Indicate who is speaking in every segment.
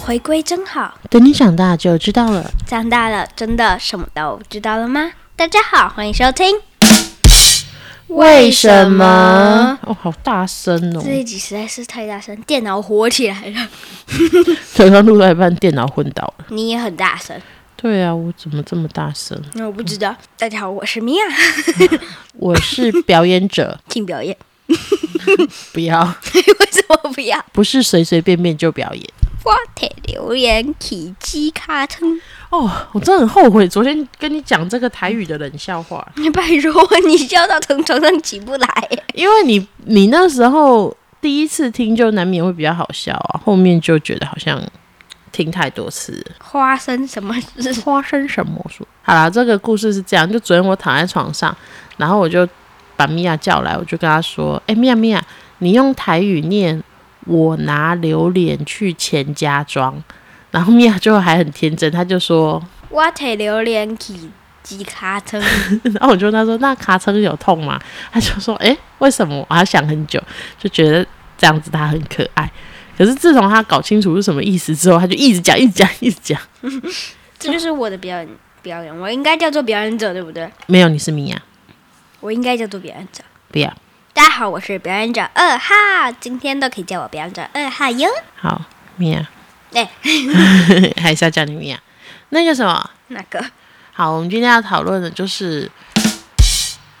Speaker 1: 回归真好。
Speaker 2: 等你长大就知道了。
Speaker 1: 长大了，真的什么都知道了吗？大家好，欢迎收听。为什么？
Speaker 2: 哦，好大声哦！
Speaker 1: 这一集实在是太大声，电脑火起来了。
Speaker 2: 刚刚录到一半，电脑昏倒了。
Speaker 1: 你也很大声，
Speaker 2: 对啊，我怎么这么大声？
Speaker 1: 那我不知道。大家好，我是米娅，
Speaker 2: 我是表演者，
Speaker 1: 请表演。
Speaker 2: 不要，
Speaker 1: 为什么不要？
Speaker 2: 不是随随便便就表演。
Speaker 1: 我铁榴莲起鸡卡通。
Speaker 2: 哦，我真的很后悔昨天跟你讲这个台语的冷笑话，
Speaker 1: 你拜托，你笑到从床上起不来。
Speaker 2: 因为你你那时候第一次听就难免会比较好笑啊，后面就觉得好像听太多次了。
Speaker 1: 花生什么事？
Speaker 2: 发生什么事？好啦，这个故事是这样：就昨天我躺在床上，然后我就把米娅叫来，我就跟她说：“哎、米娅，米娅，你用台语念‘我拿榴莲去钱家庄’。”然后米娅就还很天真，她就说
Speaker 1: 我铁榴莲起鸡卡通。：“
Speaker 2: 然后我就问她说，那卡车有痛吗？”她就说：“哎、为什么？”我还想很久，就觉得这样子她很可爱。可是自从她搞清楚是什么意思之后，她就一直讲，一直讲，一直讲。
Speaker 1: 这就是我的表演表演，我应该叫做表演者，对不对？
Speaker 2: 没有，你是米娅，
Speaker 1: 我应该叫做表演者。
Speaker 2: 不要。
Speaker 1: 大家好，我是表演者二号，今天都可以叫我表演者二号哟。
Speaker 2: 好，米娅，
Speaker 1: 哎
Speaker 2: 还是要叫你米娅。那个什么，
Speaker 1: 那个
Speaker 2: 好，我们今天要讨论的就是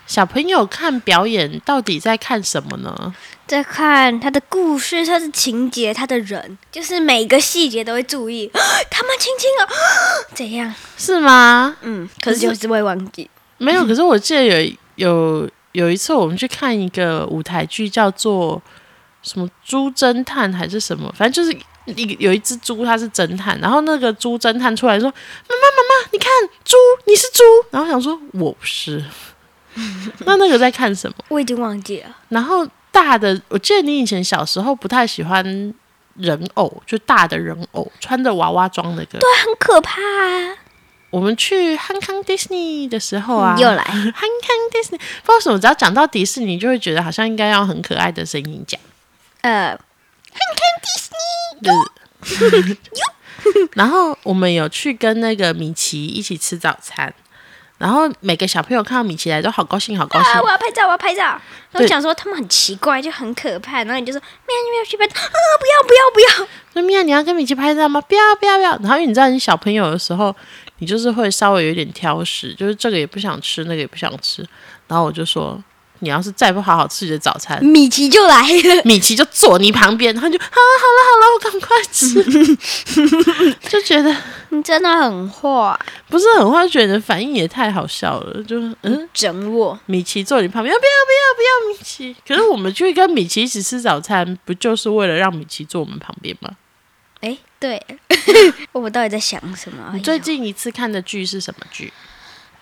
Speaker 2: 小朋友看表演到底在看什么呢？
Speaker 1: 在看他的故事，他的情节，他的人，就是每个细节都会注意。 他们亲亲了， 怎样？
Speaker 2: 是吗？
Speaker 1: 嗯，可是就是会忘记。
Speaker 2: 没有，可是我记得有一有有一次我们去看一个舞台剧，叫做什么《猪侦探》还是什么，反正就是。一个有一只猪，它是侦探，然后那个猪侦探出来说：“妈妈，妈妈，你看猪，你是猪。”然后我想说：“我不是。”那那个在看什么？
Speaker 1: 我已经忘记了，
Speaker 2: 然后大的，我记得你以前小时候不太喜欢人偶，就大的人偶，穿着娃娃装那个。对，
Speaker 1: 很可怕啊！
Speaker 2: 我们去汉康 Disney 的时候啊，
Speaker 1: 嗯又来，
Speaker 2: 汉康 Disney，不知道为什么，只要讲到迪士尼，就会觉得好像应该要很可爱的声音讲。
Speaker 1: 呃，
Speaker 2: 就是然后我们有去跟那个米奇一起吃早餐，然后每个小朋友看到米奇来都好高兴，好高兴
Speaker 1: 啊，。我要拍照，我要拍照。我
Speaker 2: 对
Speaker 1: 想说他们很奇怪，就很可怕，然后你就说喵喵去拍照，啊，不要不要不要。
Speaker 2: 说米娅，你要跟米奇拍照吗？不要不要不要。然后因为你知道，你小朋友的时候，你就是会稍微有点挑食，就是这个也不想吃，那个也不想吃。然后我就说，你要是再不好好吃你的早餐，
Speaker 1: 米奇就来了，
Speaker 2: 米奇就坐你旁边，然后你就啊，好了好了，我赶快吃， 就觉得
Speaker 1: 你真的很坏，
Speaker 2: 不是很会觉得反应也太好笑了，就是嗯。
Speaker 1: 整我。
Speaker 2: 米奇坐你旁边，不要不要不要米奇！可是我们去跟米奇一起吃早餐，不就是为了让米奇坐我们旁边吗？
Speaker 1: 哎，对， 我到底在想什么？哎
Speaker 2: 你
Speaker 1: 呦
Speaker 2: 最近一次看的剧是什么剧？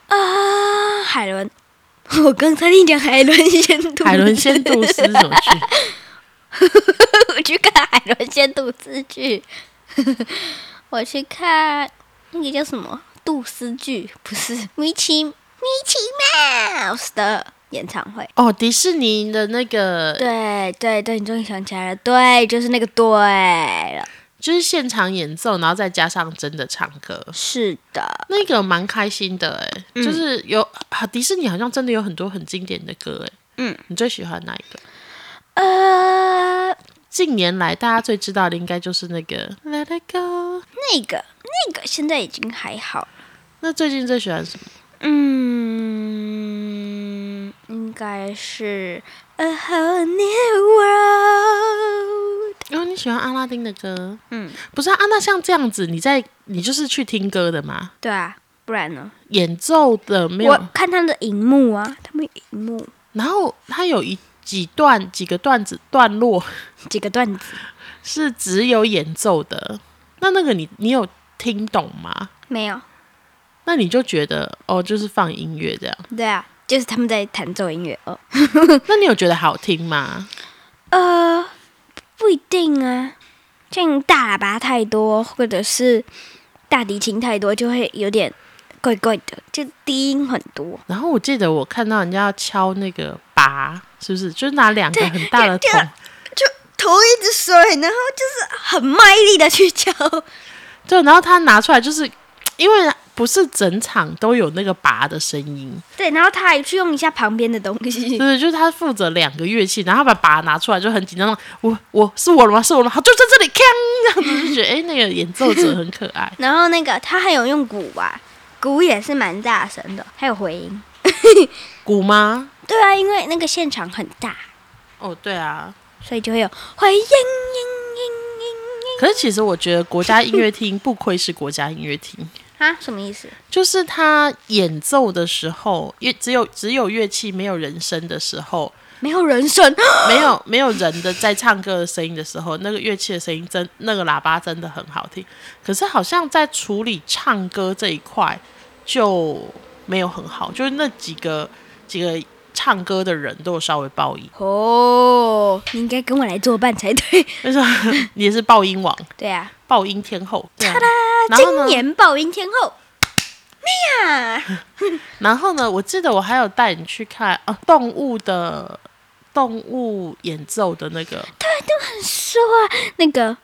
Speaker 1: 啊，海伦， 我刚才跟你讲 海伦先度，
Speaker 2: 海伦仙度斯怎么去？
Speaker 1: 我去看海伦先度斯剧， 我去看那个叫什么杜斯剧，不是米奇米奇 Mouse 的演唱会。
Speaker 2: 哦，迪士尼的那个
Speaker 1: 对对对，你终于想起来了，对，就是那个对了，
Speaker 2: 就是现场演奏，然后再加上真的唱歌，
Speaker 1: 是的，
Speaker 2: 那个蛮开心的哎、就是有、啊迪士尼好像真的有很多很经典的歌哎、
Speaker 1: 嗯，
Speaker 2: 你最喜欢哪一个？
Speaker 1: 呃，
Speaker 2: 近年来大家最知道的应该就是那个 Let It Go。
Speaker 1: 那个那个现在已经还好，
Speaker 2: 那最近最喜欢什么？
Speaker 1: 嗯，应该是 A Whole New World。
Speaker 2: 因为哦你喜欢阿拉丁的歌，
Speaker 1: 嗯，
Speaker 2: 不是啊？啊那像这样子，你在你就是去听歌的嘛？
Speaker 1: 对啊，不然呢？
Speaker 2: 演奏的没有
Speaker 1: 我？看他们的荧幕啊，他们有荧幕
Speaker 2: 然后它有一几段几个段子段落，
Speaker 1: 几个段子
Speaker 2: 是只有演奏的，那那个你你有听懂吗？
Speaker 1: 没有。
Speaker 2: 那你就觉得哦，就是放音乐这样。
Speaker 1: 对啊，就是他们在弹奏音乐哦。
Speaker 2: 那你有觉得好听吗？
Speaker 1: 呃，不一定啊，像大喇叭太多，或者是大提琴太多，就会有点怪怪的，就低音很多。
Speaker 2: 然后我记得我看到人家要敲那个拔，是不是？就是拿两个很大的
Speaker 1: 对
Speaker 2: 桶，
Speaker 1: 就头一直水，然后就是很卖力的去敲。
Speaker 2: 对，然后他拿出来就是因为不是整场都有那个拔的声音，
Speaker 1: 对，然后他还去用一下旁边的东 西。。
Speaker 2: 对，就是他负责两个乐器，然后他把拔拿出来就很紧张，我我是我了吗？是我了吗？好，就在这里，锵，这样子就觉得哎、那个演奏者很可爱
Speaker 1: 然后那个他还有用鼓啊，鼓也是蛮大声的，还有回音。
Speaker 2: 鼓吗？
Speaker 1: 对啊，因为那个现场很大，
Speaker 2: 哦，对啊，
Speaker 1: 所以就会有回音音音
Speaker 2: 可是其实我觉得国家音乐厅不愧是国家音乐厅，
Speaker 1: 音音啊，什么意思？
Speaker 2: 就是他演奏的时候，乐只有只有乐器没有人声的时候，
Speaker 1: 没有人声，
Speaker 2: 没有没有人的在唱歌的声音的时候，那个乐器的声音真那个喇叭真的很好听。可是好像在处理唱歌这一块就没有很好，就是那几个几个唱歌的人都有稍微爆音，
Speaker 1: 哦，你应该跟我来作伴才对。
Speaker 2: 但是 也是爆音王、
Speaker 1: 对啊，
Speaker 2: 爆音天后。对啊，然后
Speaker 1: 今
Speaker 2: 呢？
Speaker 1: 年爆音天后，你呀，
Speaker 2: 然后呢？我记得我还有带你去看啊动物的动物演奏的那个，
Speaker 1: 说 那个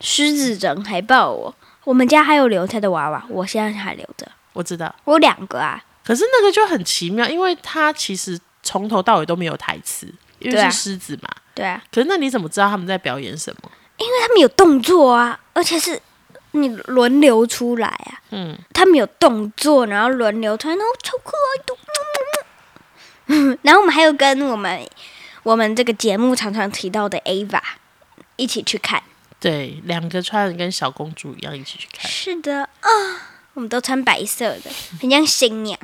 Speaker 1: 狮子人还抱我，我们家还有留他的娃娃，我现在还留着，
Speaker 2: 我知道。
Speaker 1: 我有两个啊。
Speaker 2: 可是那个就很奇妙，因为它其实从头到尾都没有台词，因
Speaker 1: 对
Speaker 2: 为
Speaker 1: 啊
Speaker 2: 是狮子嘛。
Speaker 1: 对啊，
Speaker 2: 可是那你怎么知道他们在表演什么？
Speaker 1: 他们有动作啊，而且是你轮流出来啊。
Speaker 2: 嗯，
Speaker 1: 他们有动作，然后轮流穿，然后超可爱的。嗯 然后我们还有跟我们我们这个节目常常提到的 Ava 一起去看。
Speaker 2: 对，两个穿的跟小公主一样一起去看。
Speaker 1: 是的啊，我们都穿白色的，很像新娘，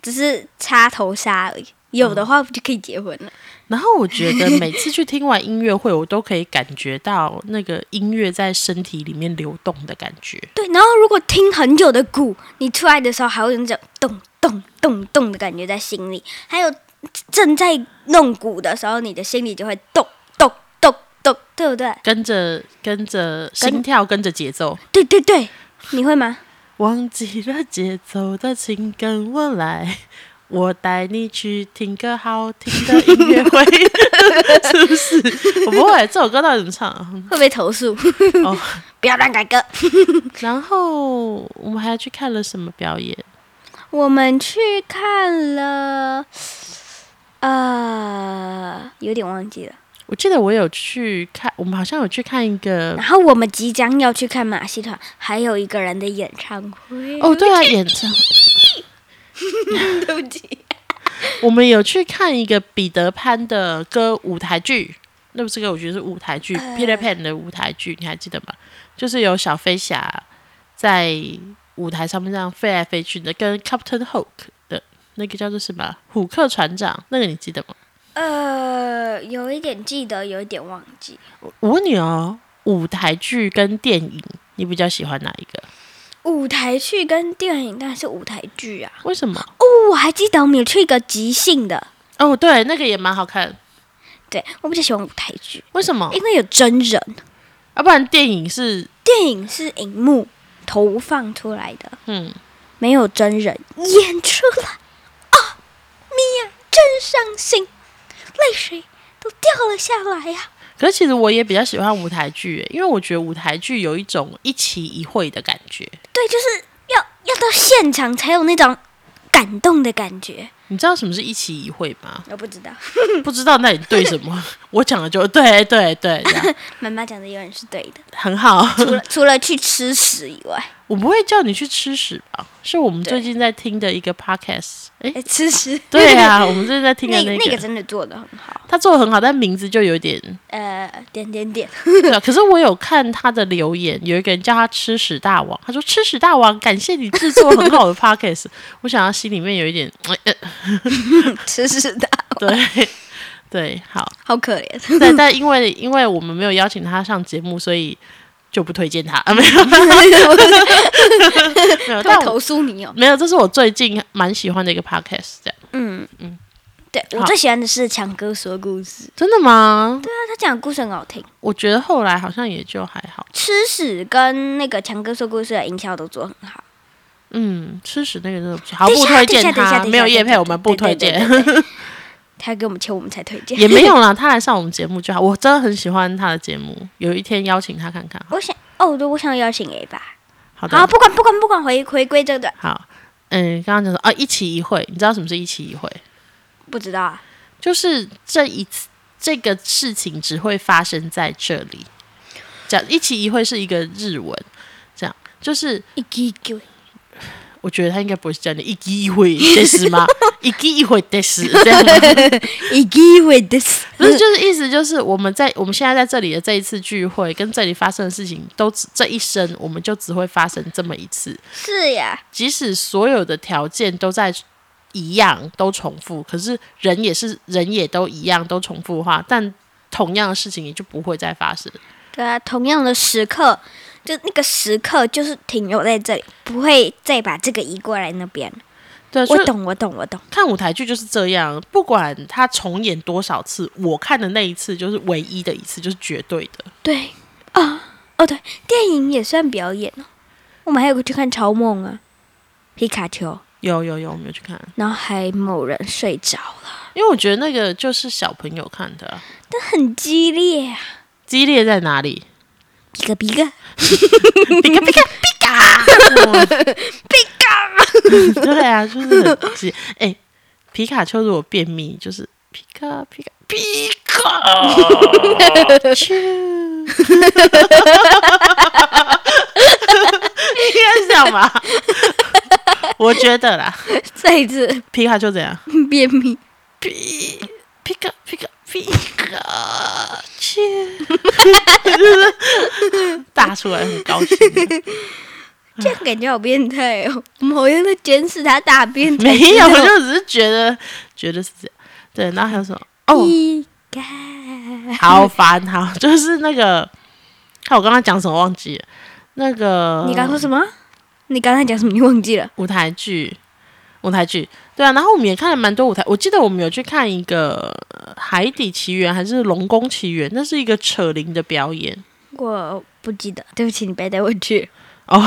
Speaker 1: 只是插头纱而已。有的话不就可以结婚了？
Speaker 2: 然后我觉得每次去听完音乐会，我都可以感觉到那个音乐在身体里面流动的感觉。
Speaker 1: 对，然后如果听很久的鼓，你出来的时候还会有那种咚咚咚咚的感觉在心里，还有正在弄鼓的时候，你的心里就会咚咚咚咚，对不对？
Speaker 2: 跟着跟着心跳，跟着节奏，
Speaker 1: 对对对，你会吗？
Speaker 2: 忘记了节奏的，请跟我来， 我带你去听个好听的音乐会， 是不是？我不会，这首歌到底怎么唱啊？
Speaker 1: 会不会投诉？
Speaker 2: 哦
Speaker 1: 不要乱改歌。
Speaker 2: 然后我们还去看了什么表演？
Speaker 1: 我们去看了，呃，有点忘记了。
Speaker 2: 我记得我有去看，我们好像有去看一个
Speaker 1: 然后我们即将要去看马戏团，还有一个人的演唱会。
Speaker 2: 哦，，对啊，演唱，
Speaker 1: 对不起。
Speaker 2: 我们有去看一个彼得潘的歌舞台剧，那不是歌舞剧，是舞台剧、
Speaker 1: 呃
Speaker 2: Peter Pan 的舞台剧，你还记得吗？就是有小飞侠在舞台上面这样飞来飞去的，跟 Captain Hook 的那个叫做什么虎克船长，那个你记得吗？
Speaker 1: 呃，有一点记得，有一点忘记。
Speaker 2: 我问你哦，舞台剧跟电影，你比较喜欢哪一个？
Speaker 1: 舞台剧跟电影当然是舞台剧啊。
Speaker 2: 为什么？
Speaker 1: 哦，我还记得我们有去一个即兴的，
Speaker 2: 哦，对，那个也蛮好看。
Speaker 1: 对我比较喜欢舞台剧，
Speaker 2: 为什么？
Speaker 1: 因为有真人。
Speaker 2: 要、不然电影是
Speaker 1: 电影是荧幕投放出来的，
Speaker 2: 嗯，
Speaker 1: 没有真人演出来啊！米娅真伤心，泪水都掉了下来啊呀、
Speaker 2: 可是其实我也比较喜欢舞台剧耶，因为我觉得舞台剧有一种一期一会的感觉。
Speaker 1: 对，就是要要到现场才有那种感动的感觉。？
Speaker 2: 你知道什么是一期一会吗
Speaker 1: 我不知道，
Speaker 2: 不知道，那你对什 么？我讲的就对对对，这样
Speaker 1: 妈妈讲的永远是对的，
Speaker 2: 很好。
Speaker 1: 除了除了去吃屎以外，
Speaker 2: 我不会叫你去吃屎吧？是我们
Speaker 1: 对
Speaker 2: 最近在听的一个 podcast。哎，
Speaker 1: 哎， 吃屎。
Speaker 2: 对啊，我们最近在听的
Speaker 1: 那
Speaker 2: 那
Speaker 1: 那个
Speaker 2: 个，
Speaker 1: 真的做的很好，
Speaker 2: 他做的很好，但名字就有 点。
Speaker 1: 呃，点点点，
Speaker 2: 对啊，可是我有看他的留言，有一个人叫他“吃屎大王”，他说：“吃屎大王，感谢你制作很好的 podcast。”我想要心里面有一点，
Speaker 1: 吃屎的，
Speaker 2: 对对，好，
Speaker 1: 好可 怜。
Speaker 2: 但但因为因为我们没有邀请他上节目，所以就不推荐他。 啊、没有没有，
Speaker 1: 他
Speaker 2: 但
Speaker 1: 会
Speaker 2: 我
Speaker 1: 投诉你哦。
Speaker 2: 没有，这是我最近蛮喜欢的一个 podcast。这样
Speaker 1: 嗯嗯
Speaker 2: 嗯，
Speaker 1: 对我
Speaker 2: 好
Speaker 1: 最喜欢的是强哥说故事，
Speaker 2: 真的吗？
Speaker 1: 对啊，他讲的故事很好听。
Speaker 2: 我觉得后来好像也就还好。
Speaker 1: 吃屎跟那个强哥说故事的营销都做得很好，
Speaker 2: 嗯，吃屎那个真的不错，好
Speaker 1: 等一
Speaker 2: 不
Speaker 1: 下
Speaker 2: 推荐
Speaker 1: 等一下等一下
Speaker 2: 他，
Speaker 1: 等一下
Speaker 2: 没有叶配，我们不
Speaker 1: 对
Speaker 2: 推
Speaker 1: 对对
Speaker 2: 荐。
Speaker 1: 对对对他给我们钱，我们才推荐。
Speaker 2: 也没有啦，他来上我们节目就好。我真的很喜欢他的节目，有一天邀请他看看。
Speaker 1: 我想，哦，对，我想邀请 A 吧。
Speaker 2: 好的，
Speaker 1: 好，不管不管不管，回回归这段，
Speaker 2: 好，嗯，刚刚讲说啊，一期一会，你知道什么是一期一会？
Speaker 1: 不知道啊。
Speaker 2: 就是这一次这个事情只会发生在这里。讲一期一会是一个日文，这样就是
Speaker 1: 一个一个，
Speaker 2: 我觉得他应该不会是这样的，一期一会得是吗？一期一会得是这样吗，
Speaker 1: 一个一会的死。
Speaker 2: 不是就是意思就是我们在我们现在在这里的这一次聚会跟这里发生的事情，都只这一生我们就只会发生这么一次，
Speaker 1: 是呀，
Speaker 2: 即使所有的条件都在一样都重复，可是人也是人也都一样都重复的话，但同样的事情也就不会再发生。
Speaker 1: 对啊，同样的时刻，就那个时刻就是停留在这里，不会再把这个移过来那边。
Speaker 2: 对，所
Speaker 1: 我
Speaker 2: 以
Speaker 1: 懂，我懂，我懂。
Speaker 2: 看舞台剧就是这样，不管它重演多少次，我看的那一次就是唯一的一次，就是绝对的。
Speaker 1: 对啊，哦对，电影也算表演哦。我们还有去看《超梦》啊，皮卡丘，
Speaker 2: 有有有，我没有去看，
Speaker 1: 然后还某人睡着了，
Speaker 2: 因为我觉得那个就是小朋友看的啊、
Speaker 1: 但很激烈啊，
Speaker 2: 激烈在哪里？
Speaker 1: 比个比个，
Speaker 2: 对啊，就是很急。哎、皮卡丘如果便秘，就是皮卡皮卡皮卡丘。 应该是这样 吧，我觉得啦。
Speaker 1: 再一次
Speaker 2: 皮卡丘怎样？
Speaker 1: 便秘，
Speaker 2: 皮皮卡皮卡皮卡丘，大出来很高 兴。
Speaker 1: 这样感觉好变态哦。我们好像在监视他大便才
Speaker 2: 没
Speaker 1: 知道，
Speaker 2: 有，我就只是觉得觉得是这样。对，然后还有什么？哦，
Speaker 1: 皮卡
Speaker 2: 好烦，好，就是那个，看我刚刚讲什么忘记了，那个
Speaker 1: 你刚说什么？你刚才讲什么？你忘记了？
Speaker 2: 舞台剧，舞台剧，对啊，然后我们也看了蛮多舞台，我记得我们有去看一个呃《海底奇缘》还是《龙宫奇缘》，那是一个扯铃的表演
Speaker 1: 我不记得，对不起，你别带我去。
Speaker 2: 哦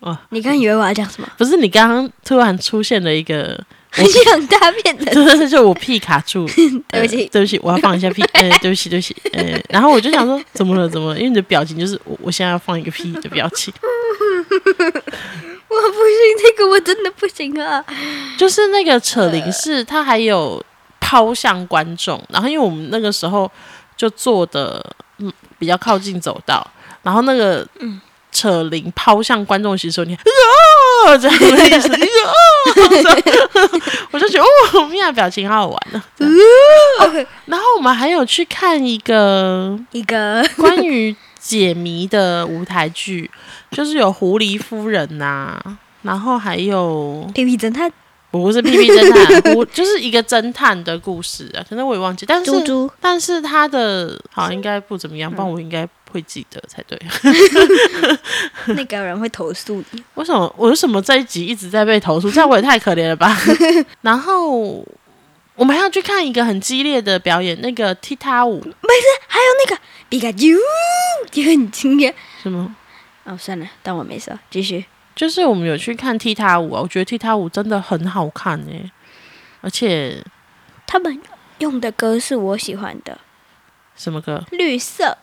Speaker 2: 哦，
Speaker 1: 你刚以为我要讲什么？
Speaker 2: 不是你刚刚突然出现了一个，
Speaker 1: 很想大便的，
Speaker 2: 就是就我屁卡住，
Speaker 1: 对不起
Speaker 2: 呃，对不起，我要放一下 屁，呃，对不起，对不起，呃，然后我就想说怎么了，怎么了？因为你的表情就是我我现在要放一个屁的表情。
Speaker 1: 我不行，这个我真的不行啊。
Speaker 2: 就是那个扯铃是，它还有抛向观众，然后因为我们那个时候就坐的嗯比较靠近走道，然后那个扯铃抛向观众席的时候，你啊这样的 意思，啊，我就觉得哦，米娅表情好好玩啊。这样然后我们还有去看一个
Speaker 1: 一个
Speaker 2: 关于解谜的舞台剧，就是有狐狸夫人呐、然后还有
Speaker 1: 地狱侦探
Speaker 2: 不是屁屁侦探，我就是一个侦探的故事啊，可能我也忘记，但是
Speaker 1: 猪猪，
Speaker 2: 但是他的好应该不怎么样，不然我应该会记得才对。
Speaker 1: 那个人会投诉你。
Speaker 2: 为什么我为什么这一集一直在被投诉？这样我也太可怜了吧。 然后我们还要去看一个很激烈的表演，那个踢踏舞，
Speaker 1: 还有那个皮卡丘也很惊艳。
Speaker 2: 什么？
Speaker 1: 哦，算了，当我没说，继续。
Speaker 2: 就是我们有去看踢踏舞啊，我觉得踢踏舞真的很好看哎、而且
Speaker 1: 他们用的歌是我喜欢的，
Speaker 2: 什么歌？
Speaker 1: 绿色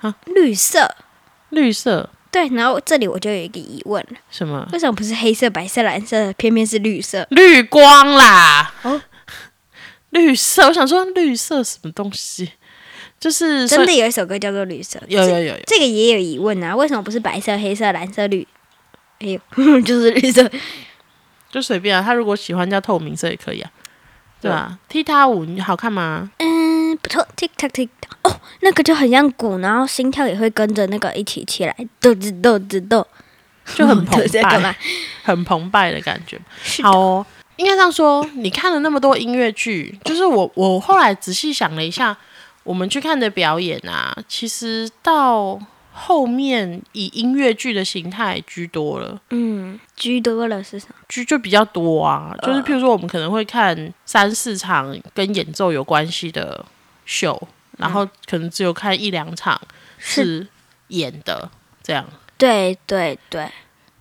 Speaker 2: 啊，
Speaker 1: 绿色。
Speaker 2: 绿色
Speaker 1: 对，然后这里我就有一个疑问了，
Speaker 2: 什么？
Speaker 1: 为什么不是黑色、白色、蓝色，偏偏是绿色？
Speaker 2: 绿光啦。
Speaker 1: 哦
Speaker 2: 绿色，我想说绿色什么东西？就是
Speaker 1: 真
Speaker 2: 所
Speaker 1: 的有一首歌叫做《绿色》，
Speaker 2: 以有有有有，
Speaker 1: 这个也有疑问啊，为什么不是白色、黑色、蓝色、绿？哎呦， 就是绿色。
Speaker 2: 就随便啊。他如果喜欢叫透明色也可以啊，对吧？踢踏舞你好 看吗？
Speaker 1: 嗯，不错，tick tock tick tock。哦，那个就很像鼓，然后心跳也会跟着那个一起起来，豆子豆子豆，
Speaker 2: 就 很澎
Speaker 1: 豆在干
Speaker 2: 湃，
Speaker 1: 嘛？
Speaker 2: 很澎湃的感觉。
Speaker 1: 是的
Speaker 2: 好哦，应该这样说。你看了那么多音乐剧，就是我我后来仔细想了一下，我们去看的表演啊，其实到后面以音乐剧的形态居多了。
Speaker 1: 嗯，居多了是什么？
Speaker 2: 就就比较多啊，就是譬如说我们可能会看三四场跟演奏有关系的秀，然后可能只有看一两场是演的这样。
Speaker 1: 对对对，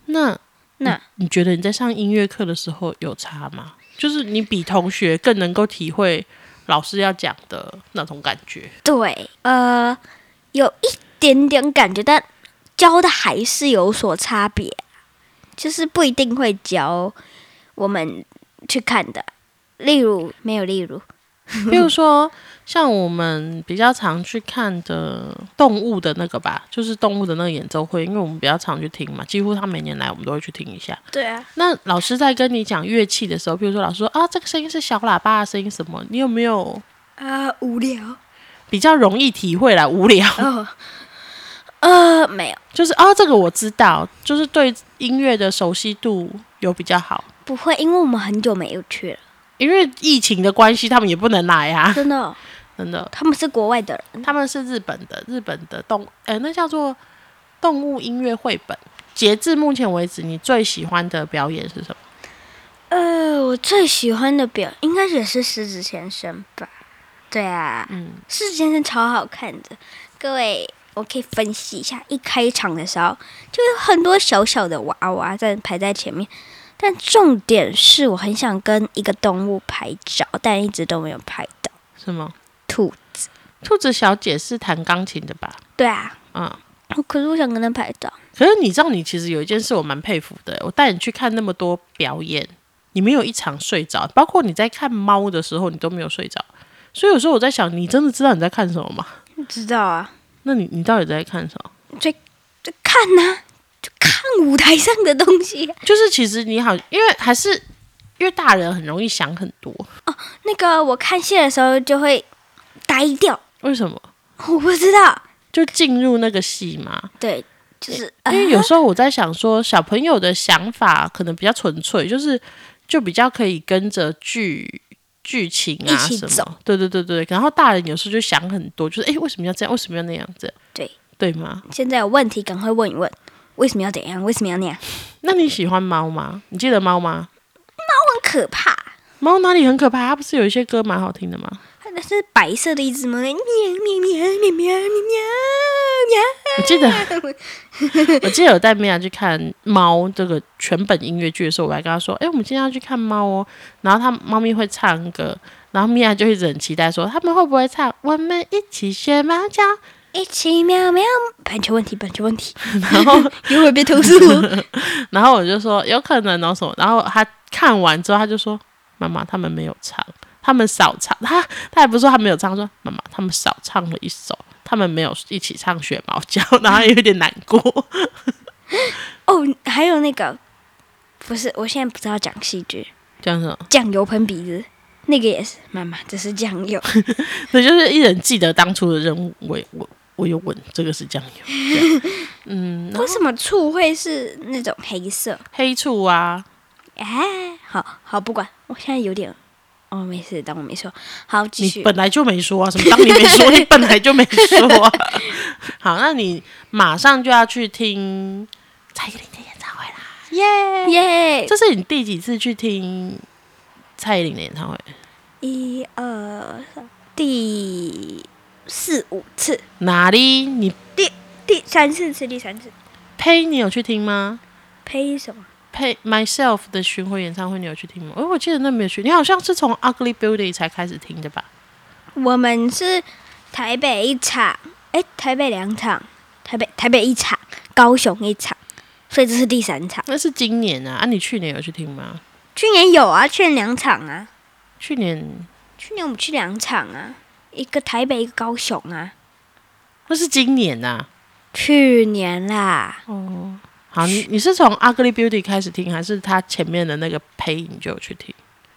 Speaker 2: 那
Speaker 1: 那
Speaker 2: 你你觉得你在上音乐课的时候有差吗？就是你比同学更能够体会老师要讲的那种感觉。
Speaker 1: 对，呃，有一点点感觉，但教的还是有所差别，就是不一定会教我们去看的。例如，没有例如，
Speaker 2: 比如说，像我们比较常去看的动物的那个吧，就是动物的那个演奏会，因为我们比较常去听嘛，几乎他每年来我们都会去听一下。
Speaker 1: 对啊，
Speaker 2: 那老师在跟你讲乐器的时候，比如说老师说啊，这个声音是小喇叭的声音什么，你有没有
Speaker 1: 啊、无聊
Speaker 2: 比较容易体会啦？无聊，
Speaker 1: 哦，呃，没有，
Speaker 2: 就是哦，这个我知道，就是对音乐的熟悉度有比较好。
Speaker 1: 不会，因为我们很久没有去了，
Speaker 2: 因为疫情的关系，他们也不能来 啊，
Speaker 1: 真的哦、
Speaker 2: 真的。
Speaker 1: 他们是国外的人，
Speaker 2: 他们是日本的，日本的动，呃，那叫做动物音乐绘本。截至目前为止，你最喜欢的表演是什么？
Speaker 1: 呃，我最喜欢的表应该也是狮子先生吧？对啊，
Speaker 2: 嗯，
Speaker 1: 狮子先生超好看的。各位，我可以分析一下，一开场的时候就有很多小小的娃娃在排在前面，但重点是我很想跟一个动物拍照，但一直都没有拍到
Speaker 2: 什么？
Speaker 1: 兔。
Speaker 2: 兔子小姐是弹钢琴的吧？
Speaker 1: 对啊，
Speaker 2: 嗯，
Speaker 1: 可是我想跟他拍照。
Speaker 2: 可是你知道，你其实有一件事我蛮佩服的，我带你去看那么多表演，你没有一场睡着，包括你在看猫的时候，你都没有睡着。所以有时候我在想，你真的知道你在看什么吗？
Speaker 1: 知道啊，
Speaker 2: 那你你到底在看什么？
Speaker 1: 就看呐、就看舞台上的东西、
Speaker 2: 就是其实你好，因为还是因为大人很容易想很多，
Speaker 1: 那个我看戏的时候就会呆掉，
Speaker 2: 为什么？
Speaker 1: 我不知道。
Speaker 2: 就进入那个戏嘛。
Speaker 1: 对，就是呃
Speaker 2: 因为有时候我在想说，小朋友的想法可能比较纯粹，就是就比较可以跟着剧剧情啊
Speaker 1: 一起
Speaker 2: 什
Speaker 1: 走
Speaker 2: 么。对对对对，然后大人有时候就想很多，就是诶，为什么要这样？为什么要那样子？
Speaker 1: 对
Speaker 2: 对吗？
Speaker 1: 现在有问题赶快问一问，为什么要怎样？为什么要那样？
Speaker 2: 那你喜欢猫吗？你记得猫吗？
Speaker 1: 很可怕，
Speaker 2: 猫哪里很可怕？它不是有一些歌蛮好听的吗？
Speaker 1: 它那是白色的一只猫，喵喵喵喵喵喵
Speaker 2: 我
Speaker 1: 喵
Speaker 2: 记得
Speaker 1: 喵。
Speaker 2: 我记得有带米娅去看《猫》这个全本音乐剧的时候，我还跟她说：“哎、我们今天要去看《猫》哦。”然后她猫咪会唱歌，然后米娅就一直很期待说：“他们会不会唱？我们一起学猫叫。
Speaker 1: 一起喵喵，版权问题，版权问 题，”
Speaker 2: 然后，
Speaker 1: 一会儿别投诉我。
Speaker 2: 然后我就说：“有可能哦什么。”然后她看完之后，她就说：“妈妈，他们没有唱，他们少唱。她”她还不是说她没有唱，她说：“妈妈，他们少唱了一首，他们没有一起唱学猫叫。”然后她有点难过。
Speaker 1: 哦，还有那个，不是，我现在不知道讲戏剧，
Speaker 2: 这样子哦，
Speaker 1: 酱油喷鼻子，那个也是，妈妈，这是酱 油。
Speaker 2: 对，就是一人记得当初的任务。我我我有问这个是酱油，这样嗯，
Speaker 1: 为什么醋会是那种黑色？
Speaker 2: 黑醋啊，
Speaker 1: 哎，好好不管，我现在有点，哦，没事，当我没说。好，继
Speaker 2: 你
Speaker 1: 续。
Speaker 2: 本来就没说啊，什么当你没 说，你本来就没说、啊。好，那你马上就要去听蔡依林的演唱会啦，耶！
Speaker 1: 耶！
Speaker 2: 这是你第几次去听蔡依林的演唱会？
Speaker 1: 一二三，第四五次，
Speaker 2: 哪里？你
Speaker 1: 第三四次，第三次。
Speaker 2: 呸，你有去听吗？
Speaker 1: 呸什么？
Speaker 2: 呸 myself 的巡回演唱会你有去听吗？哦，我记得那没有去，你好像是从 Ugly Beauty 才开始听的吧？
Speaker 1: 我们是台北一场，哎，台北两场，台北台北一场，高雄一场，所以这是第三场。
Speaker 2: 那是今年啊，啊，你去年有去听吗？
Speaker 1: 去年有啊，去年两场啊，
Speaker 2: 去年
Speaker 1: 去年我们去两场啊，一个台北，一个高雄啊。
Speaker 2: 那是今年呐、
Speaker 1: 去年啦，
Speaker 2: 哦，好，你你是从《Ugly Beauty》开始听，还是他前面的那个配音就有去听？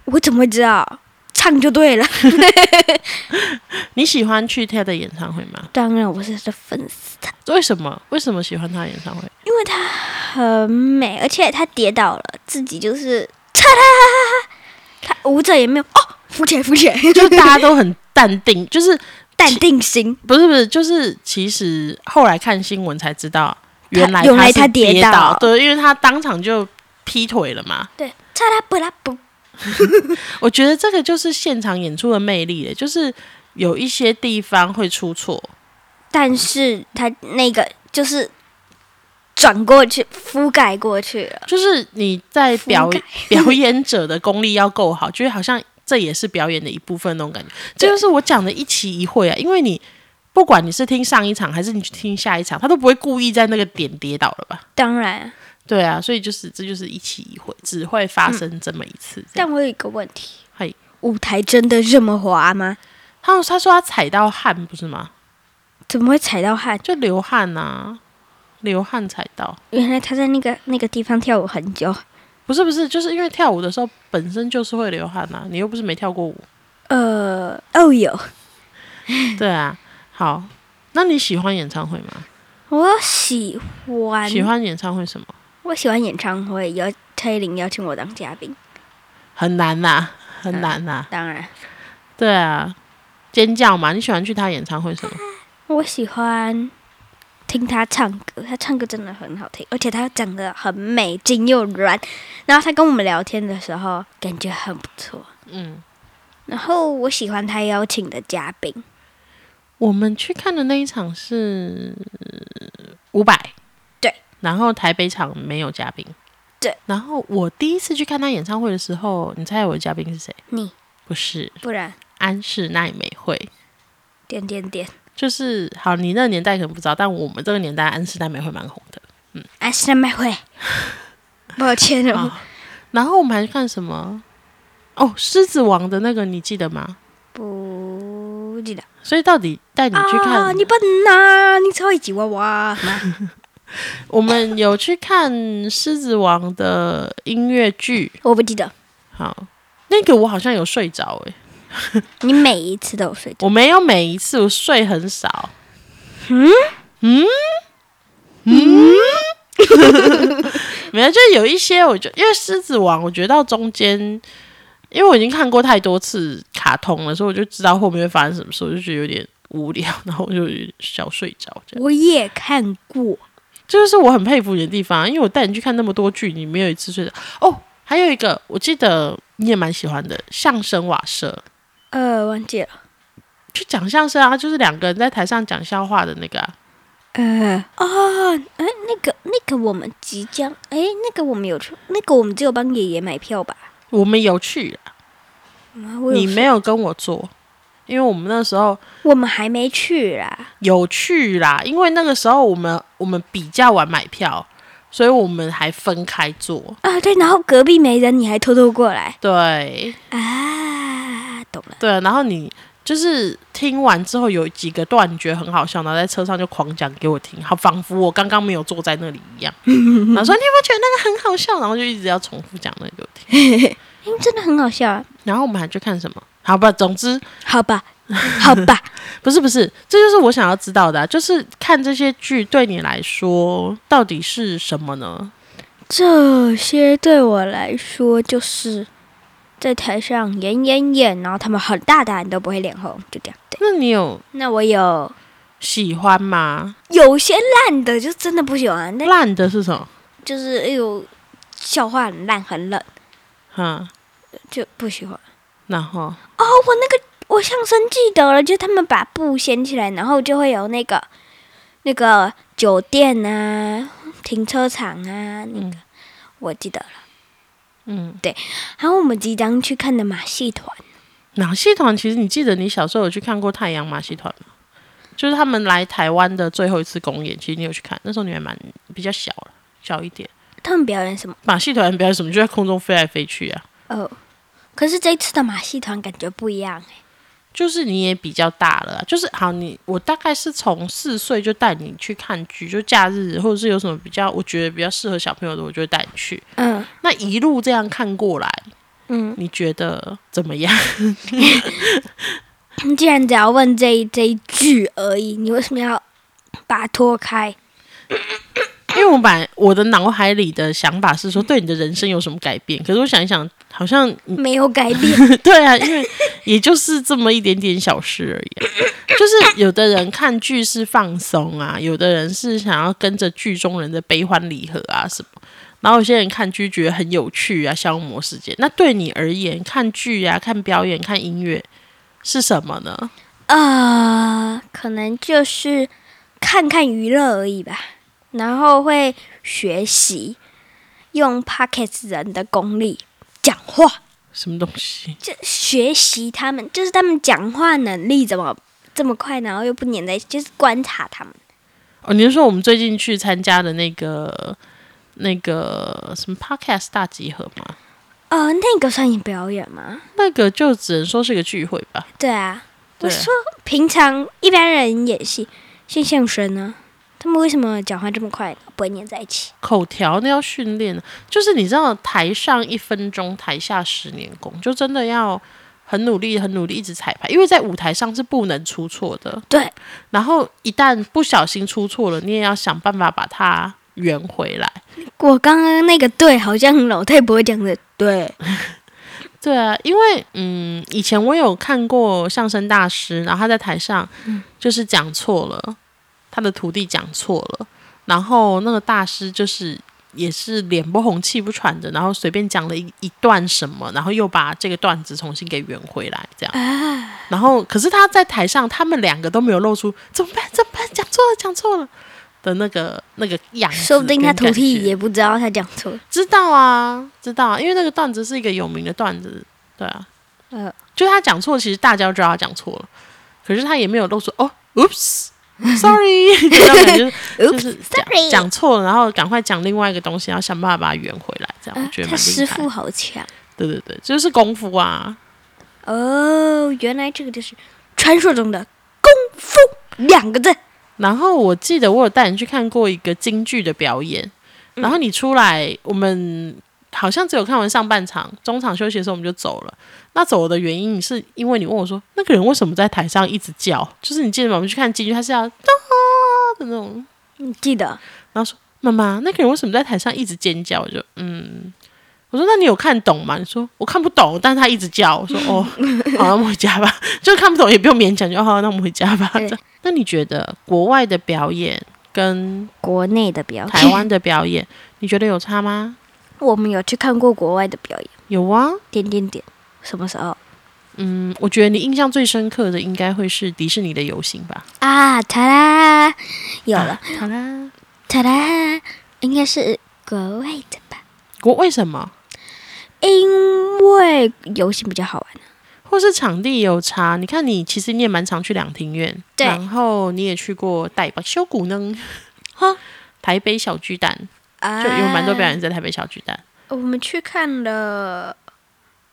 Speaker 1: 我怎么会知道？唱就对了。
Speaker 2: 你喜欢去他的演唱会吗？
Speaker 1: 当然，我是他的粉丝，
Speaker 2: 为什么？为什么喜欢他的演唱 会？
Speaker 1: 因为她很美，而且她跌倒了，自己就是嚓啦，她舞者也没有哦，浮起来，浮起来，
Speaker 2: 就大家都很淡定，就是
Speaker 1: 淡定心。
Speaker 2: 不是不是，就是其实后来看新闻才知道，原来
Speaker 1: 原来
Speaker 2: 他
Speaker 1: 他
Speaker 2: 是
Speaker 1: 跌
Speaker 2: 跌
Speaker 1: 倒
Speaker 2: 对，因为他当场就劈腿了嘛。
Speaker 1: 对，嚓啦不啦不，
Speaker 2: 我觉得这个就是现场演出的魅力了，就是有一些地方会出错，
Speaker 1: 但是她那个就是转过去，覆盖过去了。
Speaker 2: 就是你在表
Speaker 1: 覆盖
Speaker 2: 表演者的功力要够好，就是好像这也是表演的一部分那种感觉。这就是我讲的一期一会啊，因为你不管你是听上一场还是你去听下一场，他都不会故意在那个点跌倒了吧？
Speaker 1: 当然，
Speaker 2: 对啊，所以就是这就是一期一会，只会发生这么一次。这样
Speaker 1: 但我有一个问题，
Speaker 2: 嘿，
Speaker 1: 舞台真的这么滑吗？
Speaker 2: 他他说他踩到汗不是吗？
Speaker 1: 怎么会踩到汗？
Speaker 2: 就流汗啊，流汗踩到。
Speaker 1: 原来他在那个那个地方跳舞很久。
Speaker 2: 不是不是，就是因为跳舞的时候本身就是会流汗呐、你又不是没跳过舞。
Speaker 1: 呃，哦有，
Speaker 2: 对啊，好，那你喜欢演唱会吗？
Speaker 1: 我喜欢，
Speaker 2: 喜欢演唱会什么？
Speaker 1: 我喜欢演唱会，邀蔡依林邀请我当嘉宾，
Speaker 2: 很难呐、很难呐、
Speaker 1: 当然，
Speaker 2: 对啊，尖叫嘛，你喜欢去他演唱会什么？
Speaker 1: 我喜欢听她唱歌，她唱歌真的很好听，而且她长得很美，筋又软。然后她跟我们聊天的时候，感觉很不错。
Speaker 2: 嗯，
Speaker 1: 然后我喜欢她邀请的嘉宾，
Speaker 2: 我们去看的那一场是五百，
Speaker 1: 对，
Speaker 2: 然后台北场没有嘉宾，
Speaker 1: 对，
Speaker 2: 然后我第一次去看他演唱会的时候，你猜我的嘉宾是谁？
Speaker 1: 你
Speaker 2: 不是
Speaker 1: 不然
Speaker 2: 安室奈美惠。
Speaker 1: 点点点，
Speaker 2: 就是好，你那个年代可能不知道，但我们这个年代安室奈美惠蛮红的。
Speaker 1: 安室奈美惠， 抱歉哦，
Speaker 2: 啊然后我们还看什么？哦，狮子王的那个你记得吗？
Speaker 1: 不记得
Speaker 2: 所以到底带你去看，
Speaker 1: 啊，你笨呐、你超级娃娃，妈
Speaker 2: 我们有去看《狮子王》的音乐剧。
Speaker 1: 我不记得，
Speaker 2: 好，那个我好像有睡着诶、
Speaker 1: 你每一次都有睡着，
Speaker 2: 我没有每一次我睡很少。 嗯嗯嗯，嗯没有，就有一些我就因为《狮子王》，我觉得到中间，因为我已经看过太多次卡通了，所以我就知道后面会发生什么事，我就觉得有点无聊，然后我就有点小睡着这样。
Speaker 1: 我也看过，
Speaker 2: 这就是我很佩服你的地方，因为我带你去看那么多剧，你没有一次睡着。哦，还有一个，我记得你也蛮喜欢的相声瓦舍，
Speaker 1: 呃，忘记了，
Speaker 2: 去讲相声啊，就是两个人在台上讲笑话的那个、啊。
Speaker 1: 呃，哦，哎，那个那个我们即将，哎，那个我们有去，那个我们只有帮爷爷买票吧？
Speaker 2: 我们有去啊，
Speaker 1: 妈我有
Speaker 2: 你没有跟我做，因为我们那时候
Speaker 1: 我们还没去啦，
Speaker 2: 有去啦，因为那个时候我们我们比较晚买票，所以我们还分开坐。
Speaker 1: 啊，对，然后隔壁没人，你还偷偷过来
Speaker 2: 对
Speaker 1: 啊，懂了，
Speaker 2: 对，然后你。就是听完之后有几个段觉很好笑，然后在车上就狂讲给我听，好仿佛我刚刚没有坐在那里一样。然后说你有没有觉得那个很好笑？然后就一直要重复讲那个给我听。
Speaker 1: 因为真的很好笑、啊，
Speaker 2: 然后我们还去看什么？好吧，总之
Speaker 1: 好 吧，好吧，
Speaker 2: 不是不是，这就是我想要知道的啊、就是看这些剧对你来说到底是什么呢？
Speaker 1: 这些对我来说就是在台上演演演，然后他们很大胆都不会脸红，就这样。对，
Speaker 2: 那你有
Speaker 1: 那我有
Speaker 2: 喜欢吗？
Speaker 1: 有些烂的就真的不喜欢，但
Speaker 2: 烂的是什么？
Speaker 1: 就是哎呦，笑话很烂很冷，
Speaker 2: 嗯，
Speaker 1: 就不喜欢。
Speaker 2: 然后
Speaker 1: 哦，我那个我相声记得了，就是他们把布掀起来，然后就会有那个那个酒店啊、停车场啊，那
Speaker 2: 嗯
Speaker 1: 我记得了。
Speaker 2: 嗯，
Speaker 1: 然后我们即将去看的马戏团。
Speaker 2: 马戏团其实你记得你小时候有去看过太阳马戏团吗？就是他们来台湾的最后一次公演，其实你有去看，那时候你还蛮比较小了，小一点。
Speaker 1: 他们表演什么？
Speaker 2: 马戏团表演什么就在空中飞来飞去啊，
Speaker 1: 哦，可是这一次的马戏团感觉不一样哎。
Speaker 2: 就是你也比较大了啊、就是好你我大概是从四岁就带你去看剧，就假日或者是有什么比较我觉得比较适合小朋友的，我就会带你去。
Speaker 1: 嗯
Speaker 2: 那一路这样看过来，
Speaker 1: 嗯，
Speaker 2: 你觉得怎么样？
Speaker 1: 你既然只要问这一这一句而已，你为什么要把它拖开？
Speaker 2: 因为我本来我的脑海里的想法是说对你的人生有什么改变，可是我想一想，好像
Speaker 1: 没有改变，
Speaker 2: 对啊，因为也就是这么一点点小事而已啊、就是有的人看剧是放松啊，有的人是想要跟着剧中人的悲欢离合啊什么。然后有些人看剧觉得很有趣啊，消磨时间。那对你而言，看剧啊、看表演、看音乐是什么呢？
Speaker 1: 呃，可能就是看看娱乐而已吧。然后会学习用 Pocket 人的功力讲话，
Speaker 2: 什么东西？
Speaker 1: 就学习他们，就是他们讲话能力怎么这么快，然后又不粘在一起，就是观察他们。
Speaker 2: 哦，你是说我们最近去参加的那个那个什么 podcast 大集合吗？
Speaker 1: 呃，那个算你表演吗？
Speaker 2: 那个就只能说是个聚会吧。
Speaker 1: 对啊，我
Speaker 2: 对
Speaker 1: 说平常一般人演戏，像相声呢，他们为什么讲话这么快，不会粘在一起？
Speaker 2: 口条那要训练，就是你知道台上一分钟，台下十年功，就真的要很努力、很努力一直彩排，因为在舞台上是不能出错的。
Speaker 1: 对，
Speaker 2: 然后一旦不小心出错了，你也要想办法把它圆回来。
Speaker 1: 我刚刚那个对，好像老太婆讲的对，
Speaker 2: 对啊，因为嗯，以前我有看过相声大师，然后他在台上
Speaker 1: 嗯
Speaker 2: 就是讲错了，他的徒弟讲错了，然后那个大师就是也是脸不红气不喘的，然后随便讲了一一段什么，然后又把这个段子重新给圆回来，这样。
Speaker 1: 啊
Speaker 2: 然后可是他在台上，他们两个都没有露出怎么办怎么办讲错了讲错了的那个那个样子，
Speaker 1: 说不定他徒弟
Speaker 2: 也。
Speaker 1: 也不知道他讲错。
Speaker 2: 知道啊，知道啊因为那个段子是一个有名的段子，对啊，
Speaker 1: 嗯
Speaker 2: 就他讲错，其实大家都知道他讲错了，可是他也没有露出哦，oops，sorry，这种 感觉就是就是讲
Speaker 1: sorry
Speaker 2: 讲错了，然后赶快讲另外一个东西，然后想办法把它圆回来，这样、
Speaker 1: 啊
Speaker 2: 我觉，得
Speaker 1: 他
Speaker 2: 蛮
Speaker 1: 师
Speaker 2: 厉害
Speaker 1: 傅
Speaker 2: 的。
Speaker 1: 好强
Speaker 2: 对对对，就是功夫啊，
Speaker 1: 哦！原来这个就是传说中的功夫两个字。
Speaker 2: 然后我记得我有带你去看过一个京剧的表演，然后你出来，我们好像只有看完上半场，中场休息的时候我们就走了。那走的原因是因为你问我说，那个人为什么在台上一直叫？就是你记得吗？我们去看京剧，他是要啊的那种。
Speaker 1: 你记得
Speaker 2: 妈妈，那个人为什么在台上一直尖叫？我就嗯，我说那你有看懂吗？你说我看不懂，但是他一直叫。我说哦，好，那我们回家吧。 就看不懂也不用勉强，就哦好，那我们回家吧。
Speaker 1: 对
Speaker 2: 这样那你觉得国外的表演跟
Speaker 1: 国内的表演，
Speaker 2: 台湾的表演，你觉得有差吗？
Speaker 1: 我们有去看过国外的表演，
Speaker 2: 有啊，
Speaker 1: 点点点，什么时候
Speaker 2: 嗯，我觉得你印象最深刻的应该会是迪士尼的游行吧。
Speaker 1: 啊？塔啦，有了，
Speaker 2: 好啦，
Speaker 1: 塔啦，应该是国外的吧？
Speaker 2: 国为什么？
Speaker 1: 因为游戏比较好玩。
Speaker 2: 或是场地有差？你看你其实你也蛮常去两庭院，
Speaker 1: 对
Speaker 2: 然后你也去过代吧修古呢，
Speaker 1: 哈，
Speaker 2: 台北小巨蛋
Speaker 1: 啊
Speaker 2: 就有蛮多表演在台北小巨蛋，
Speaker 1: 我们去看了，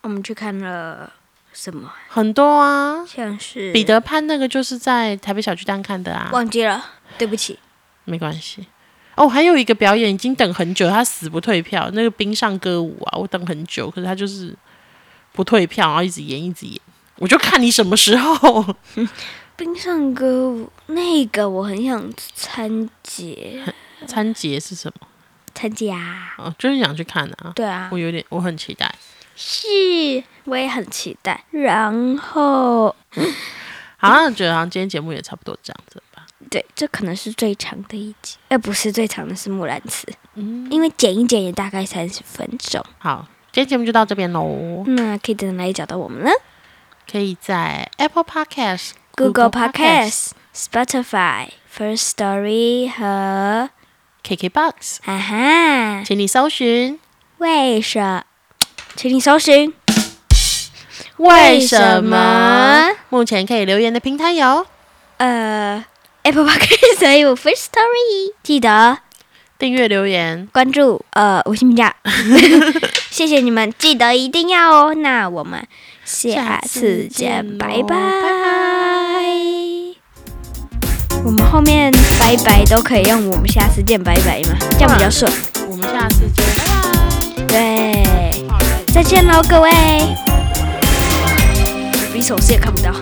Speaker 1: 我们去看了什么？
Speaker 2: 很多啊。
Speaker 1: 像是
Speaker 2: 彼得潘那个就是在台北小巨蛋看的啊，
Speaker 1: 忘记了，对不起。
Speaker 2: 没关系。哦，还有一个表演已经等很久，他死不退票，那个冰上歌舞啊，我等很久，可是他就是不退票，然后一直演一直演，我就看你什么时候。
Speaker 1: 冰上歌舞那个我很想参加，
Speaker 2: 参节是什么？
Speaker 1: 参加。
Speaker 2: 哦，就是想去看啊，
Speaker 1: 对啊
Speaker 2: 我，有点我很期待。
Speaker 1: 是，我也很期待。然后，
Speaker 2: 好像觉得好像今天节目也差不多这样子吧。
Speaker 1: 对，这可能是最长的一集，哎，不是最长的是木兰辞，因为剪一剪也大概三十分钟。
Speaker 2: 好，今天节目就到这边喽，
Speaker 1: 那可以在哪里找到我们呢
Speaker 2: 可以在 Apple Podcast、
Speaker 1: ？Google Podcast、Spotify、First Story 和
Speaker 2: KKBox，
Speaker 1: 啊哈，
Speaker 2: 请你搜寻
Speaker 1: 为什？请你搜寻
Speaker 2: 为什么？？目前可以留言的平台有
Speaker 1: 呃，Apple Podcast 还有 First Story，记得
Speaker 2: 订阅、留言。
Speaker 1: 关注呃五星评 价， 谢谢你们，记得一定要哦。那我们下次
Speaker 2: 下
Speaker 1: 见
Speaker 2: 次见，
Speaker 1: 拜
Speaker 2: 咯
Speaker 1: 拜
Speaker 2: 拜
Speaker 1: 我们后面拜拜都可以用我们下次见拜拜嘛，这样比较顺。
Speaker 2: 我们下次见，拜
Speaker 1: 对，
Speaker 2: 拜。好嘞
Speaker 1: 再见喽，各位。比手势也看不到。